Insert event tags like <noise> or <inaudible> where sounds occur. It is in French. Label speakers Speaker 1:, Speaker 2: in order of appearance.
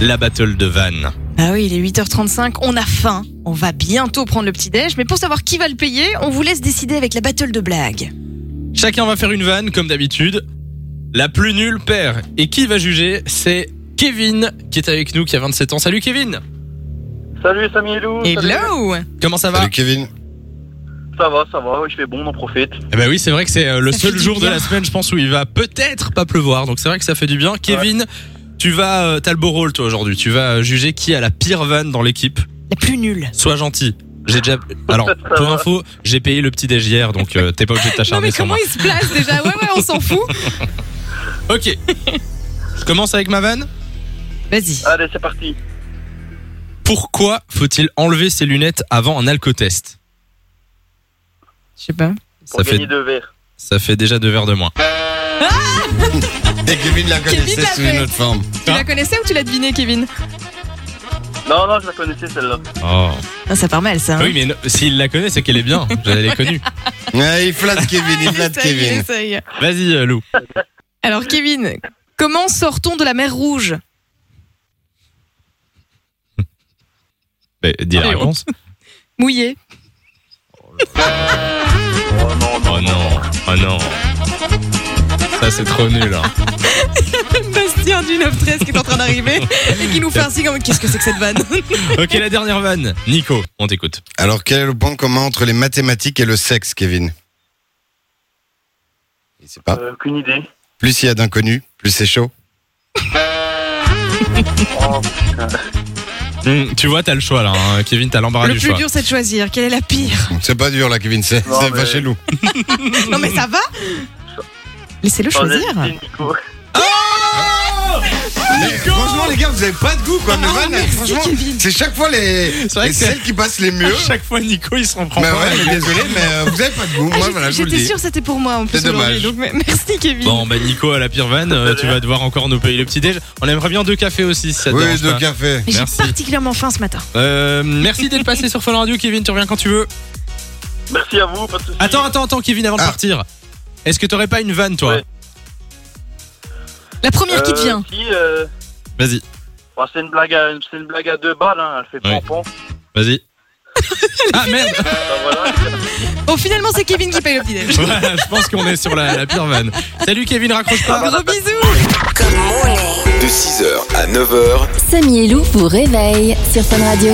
Speaker 1: la battle de Vannes.
Speaker 2: Ah oui, il est 8h35, on a faim. On va bientôt prendre le petit-déj, mais pour savoir qui va le payer, on vous laisse décider avec la battle de blagues.
Speaker 1: Chacun va faire une vanne, comme d'habitude. La plus nulle perd. Et qui va juger C'est Kevin, qui est avec nous, qui a 27 ans. Salut Kevin
Speaker 3: Salut Samy et Lou. salut.
Speaker 2: Hello
Speaker 1: Comment ça va
Speaker 4: Salut Kevin.
Speaker 3: Ça va, ça va, je fais bon, on en profite.
Speaker 1: Eh ben oui, c'est vrai que c'est euh, le
Speaker 2: Ça fait
Speaker 1: seul
Speaker 2: du
Speaker 1: jour de
Speaker 2: bien.
Speaker 1: la semaine, je pense, où il va peut-être pas pleuvoir. Donc c'est vrai que ça fait du bien. Kevin, tu vas, euh, t'as le beau rôle toi aujourd'hui. Tu vas euh, juger qui a la pire vanne dans l'équipe.
Speaker 2: La plus nulle.
Speaker 1: Sois gentil. J'ai déjà.
Speaker 2: <laughs>
Speaker 1: Alors pour info, j'ai payé le petit déj hier, donc euh, t'es pas obligé de
Speaker 2: Non
Speaker 1: t'acharner
Speaker 2: mais
Speaker 1: sur
Speaker 2: comment
Speaker 1: moi.
Speaker 2: il se place déjà Ouais ouais, on
Speaker 1: <laughs>
Speaker 2: s'en fout. <laughs>
Speaker 1: Ok. je commence avec ma vanne.
Speaker 2: Vas-y.
Speaker 3: Allez, c'est parti.
Speaker 1: Pourquoi faut-il enlever ses lunettes avant un alcotest
Speaker 2: Je sais pas.
Speaker 3: Pour
Speaker 1: Ça fait
Speaker 3: gagner deux verres.
Speaker 1: ça fait déjà deux verres de moins.
Speaker 4: Et Kevin la
Speaker 2: Kevin
Speaker 4: connaissait
Speaker 2: l'a
Speaker 4: sous
Speaker 2: fait.
Speaker 4: une autre forme.
Speaker 2: Tu
Speaker 1: Hein
Speaker 2: la connaissais ou tu l'as deviné Kevin
Speaker 3: Non, non, je la connaissais celle-là.
Speaker 1: Oh.
Speaker 2: Ah, Ça part mal ça. hein.
Speaker 1: Oui, mais no- s'il la connaît, c'est qu'elle est <laughs> bien. Je l'ai connue.
Speaker 4: Ouais, il flatte Kevin, il
Speaker 2: Il
Speaker 4: flatte
Speaker 2: essaye, il
Speaker 4: Kevin.
Speaker 2: essaye.
Speaker 1: Vas-y, euh, Lou.
Speaker 2: Alors Kevin, comment sort-on de la mer Rouge
Speaker 1: Ben, dis la
Speaker 2: Allez, on-
Speaker 1: réponse.
Speaker 2: Mouillé. <laughs>
Speaker 3: Oh non, non.
Speaker 1: Oh non, oh non. Ça c'est trop nul. hein.
Speaker 2: Bastien du 9-13 qui est en train d'arriver et qui nous fait un signe en mode, qu'est-ce que c'est que cette vanne
Speaker 1: <laughs> Ok, la dernière vanne. Nico, on t'écoute.
Speaker 4: Alors quel est le point commun entre les mathématiques et le sexe, Kevin Il sait pas.
Speaker 3: Euh, aucune idée.
Speaker 4: Plus il y a d'inconnus, plus c'est <laughs> chaud.
Speaker 3: Oh,
Speaker 1: Hmm, tu vois, t'as le choix là. hein. Kevin, t'as l'embarras
Speaker 2: Le
Speaker 1: du
Speaker 2: plus
Speaker 1: choix.
Speaker 2: dur c'est de choisir, quelle est la pire
Speaker 4: C'est pas dur là, Kevin, c'est
Speaker 3: Non,
Speaker 4: c'est pas
Speaker 3: mais-
Speaker 4: chez nous.
Speaker 2: Non mais ça va Laissez-le
Speaker 3: j'en ai
Speaker 2: choisir
Speaker 3: hésité, Nico. <laughs>
Speaker 4: Mais Franchement les gars, vous avez pas de goût quoi,
Speaker 2: Ah,
Speaker 4: mais voilà,
Speaker 2: merci,
Speaker 4: franchement,
Speaker 2: Kevin.
Speaker 4: c'est chaque fois les,
Speaker 1: C'est vrai
Speaker 4: les
Speaker 1: que Ah, c'est-
Speaker 4: celles qui passent les mieux.
Speaker 1: chaque fois, Nico, il s'en prend
Speaker 4: Mais
Speaker 1: pas.
Speaker 4: ouais, mais désolé, mais euh, vous avez pas de goût.
Speaker 2: Ah,
Speaker 4: Moi
Speaker 2: j'étais-
Speaker 4: voilà, je vous le
Speaker 2: J'étais
Speaker 4: dis.
Speaker 2: sûre que c'était pour moi en plus
Speaker 4: C'est
Speaker 2: aujourd'hui,
Speaker 4: dommage.
Speaker 2: donc me- <laughs> merci Kevin.
Speaker 1: Bon, bah Nico, à la pire vanne, euh, tu vas devoir encore nous payer le petit déj. On aimerait bien deux cafés aussi, si ça te
Speaker 4: Oui,
Speaker 1: dérange
Speaker 4: deux
Speaker 1: pas.
Speaker 4: cafés.
Speaker 2: Mais J'ai
Speaker 1: merci.
Speaker 2: particulièrement faim ce matin.
Speaker 1: Euh, merci d'être passé sur Fun Radio, Kevin. Tu reviens quand tu veux.
Speaker 3: Merci à vous, pas de soucis.
Speaker 1: Attends, attends, attends, Kevin, avant de
Speaker 4: Ah.
Speaker 1: partir. Est-ce que t'aurais pas une vanne, toi
Speaker 3: Ouais.
Speaker 2: La première qui te
Speaker 3: Euh,
Speaker 2: vient.
Speaker 3: si, euh,
Speaker 1: Vas-y,
Speaker 3: bah, c'est une blague à, c'est une blague à deux balles, hein. Elle fait
Speaker 1: Ouais.
Speaker 3: pompon.
Speaker 1: <laughs> vas-y. ah merde.
Speaker 3: Bah, voilà.
Speaker 2: Oh, finalement, c'est Kevin qui paye le
Speaker 4: <laughs>
Speaker 2: petit-déj.
Speaker 1: Voilà, je pense qu'on est sur la, la pire vanne. Salut Kevin, raccroche pas.
Speaker 2: Gros bisous
Speaker 5: De 6h à 9h,
Speaker 6: Samy et Lou vous réveille sur Fun Radio.